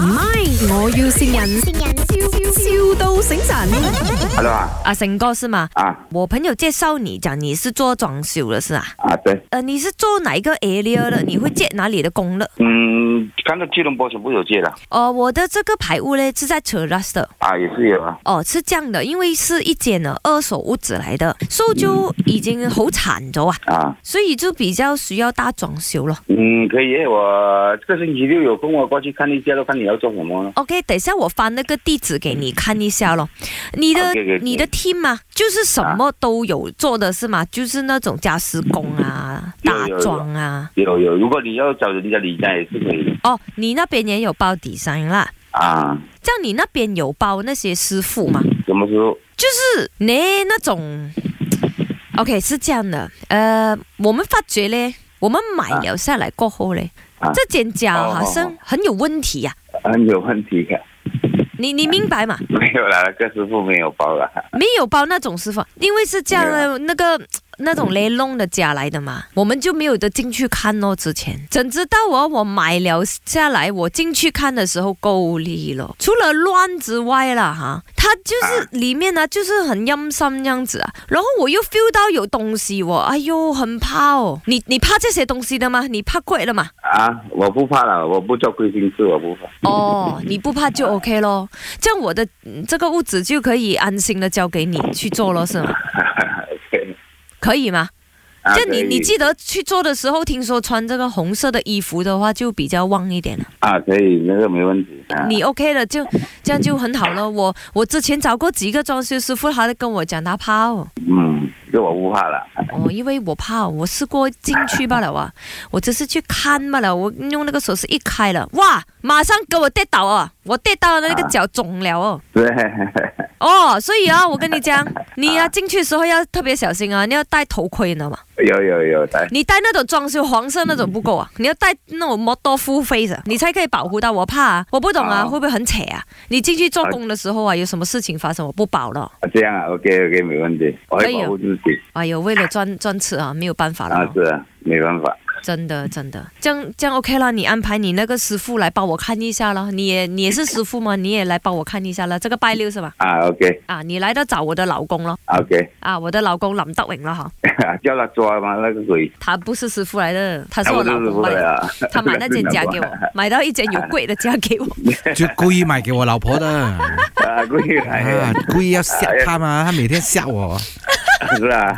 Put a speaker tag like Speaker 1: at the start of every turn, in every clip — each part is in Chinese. Speaker 1: 唔係，我要善人，笑笑到醒神。
Speaker 2: Hello 啊
Speaker 3: 啊，沈哥是吗？
Speaker 2: 啊
Speaker 3: 我朋友介绍你讲你是做装修的，是啊？
Speaker 2: 啊对，
Speaker 3: 呃，你是做哪一个 area 的？你会接哪里的工的？
Speaker 2: 嗯，看到吉隆坡是不是有借的
Speaker 3: 哦、我的这个排屋呢是在 Cheras 的。
Speaker 2: 啊，也是有啊，
Speaker 3: 哦，是这样的，因为是一间呢二手屋子来的，所以就已经好惨咗啊，
Speaker 2: 啊，
Speaker 3: 所以就比较需要大装修咯。
Speaker 2: 嗯，可以，我这个星期六有空，我过去看一下，都看你要做什么了。
Speaker 3: OK，等一下我发那个地址给你看一下咯。你的
Speaker 2: OK，OK，OK
Speaker 3: 你的 team 嘛、就是什
Speaker 2: 啊
Speaker 3: 么都有做的是吗？就是那种家私工啊、
Speaker 2: 有
Speaker 3: 打
Speaker 2: 有有
Speaker 3: 桩啊。
Speaker 2: 有有，如果你要找人家理家也是可以的
Speaker 3: 哦，你那边也有包底商啦。
Speaker 2: 啊。
Speaker 3: 这样你那边有包那些师傅吗？
Speaker 2: 什么时候？
Speaker 3: 就是你那种，OK 是这样的，呃，我们发觉嘞，我们买了下来过后嘞，
Speaker 2: 啊
Speaker 3: 这间家
Speaker 2: 哦
Speaker 3: 好像很有问题呀、
Speaker 2: 很有问题的，
Speaker 3: 你
Speaker 2: 嗯
Speaker 3: 你明白吗？
Speaker 2: 没有啦，那个师傅没有包了。
Speaker 3: 没有包那种师傅，因为是这样的，那个那种雷弄的家来的嘛，我们就没有得进去看咯。之前怎知道我我买了下来，我进去看的时候够力了，除了乱之外啦哈，它就是
Speaker 2: 啊
Speaker 3: 里面呢、就是很阴森这样子啊，然后我又 feel 到有东西哦，哎呦很怕哦，你你怕这些东西的吗？你怕鬼了吗？
Speaker 2: 啊，我不怕了，我不做亏心事，我不怕。
Speaker 3: 哦，你不怕就 OK 咯，这样我的嗯这个屋子就可以安心的交给你去做咯，是吗？可以吗？
Speaker 2: 啊
Speaker 3: 就你
Speaker 2: 可以
Speaker 3: 你记得去做的时候，听说穿这个红色的衣服的话，就比较旺一点了。
Speaker 2: 啊，可以，那个没问题。啊
Speaker 3: 你 OK 了，就这样就很好了。我我之前找过几个装修师傅，他都跟我讲他怕哦，
Speaker 2: 嗯，这我不怕了。
Speaker 3: 哦，因为我怕哦，我试过进去罢了啊，我只是去看罢了，我用那个手势一开了，哇，马上给我跌倒啊，我跌到了那个脚肿了哦。
Speaker 2: 对，
Speaker 3: 哦，所以啊，我跟你讲，你啊进去的时候要特别小心啊，你要戴头盔，你知道吗？
Speaker 2: 有有有，来
Speaker 3: 你戴那种装修黄色那种不够啊，你要戴那种摩多 full face，啊你才可以保护到。我怕啊，我不懂啊，
Speaker 2: 哦
Speaker 3: 会不会很扯啊？你进去做工的时候啊，有什么事情发生，我不保了。
Speaker 2: 这样啊，OK OK，没问题，我
Speaker 3: 可
Speaker 2: 会
Speaker 3: 以哦
Speaker 2: 保护自己。
Speaker 3: 哎呦，为了赚赚吃啊，没有办法
Speaker 2: 啊
Speaker 3: 了，，
Speaker 2: 是啊，没办法。
Speaker 3: 真的真的，这样这样 OK 了，你安排你那个师傅来帮我看一下了。你也你也是师傅吗？你也来帮我看一下了。这个拜六是吧？
Speaker 2: 啊，OK
Speaker 3: 啊，你来到找我的老公咯，
Speaker 2: OK，
Speaker 3: 啊，我的老公林德荣了哈，
Speaker 2: 叫他抓嘛，那个鬼，
Speaker 3: 他不是师傅来的，他
Speaker 2: 他
Speaker 3: 是我老
Speaker 2: 不是
Speaker 3: 公
Speaker 2: 不
Speaker 3: 来
Speaker 2: 对
Speaker 3: 的，
Speaker 2: 啊，
Speaker 3: 他买那间家给我，买到一间有贵的家给我。
Speaker 4: 就故意买给我老婆的，
Speaker 2: 啊，故意来
Speaker 4: 啊
Speaker 2: 的，，
Speaker 4: 故意要吓她嘛，她每天吓 我。
Speaker 2: 是 啊，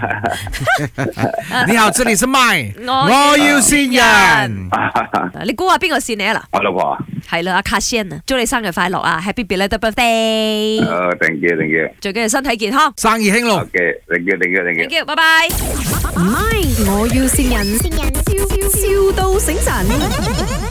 Speaker 4: 你好，这里是麦，
Speaker 3: 我
Speaker 4: 我要新人。
Speaker 3: 你估下邊個線你啊
Speaker 2: 我老婆，
Speaker 3: 嗱？係啦，阿卡仙啊，祝你生日快樂啊，Happy belated birthday！
Speaker 2: 哦，thank you，thank
Speaker 3: 最緊要身體健康。
Speaker 4: 生意兴隆。
Speaker 2: you，OK，thank you，thank you，thank you
Speaker 3: Thank。you，拜拜。
Speaker 1: 唔係，我要善人，笑笑到醒神。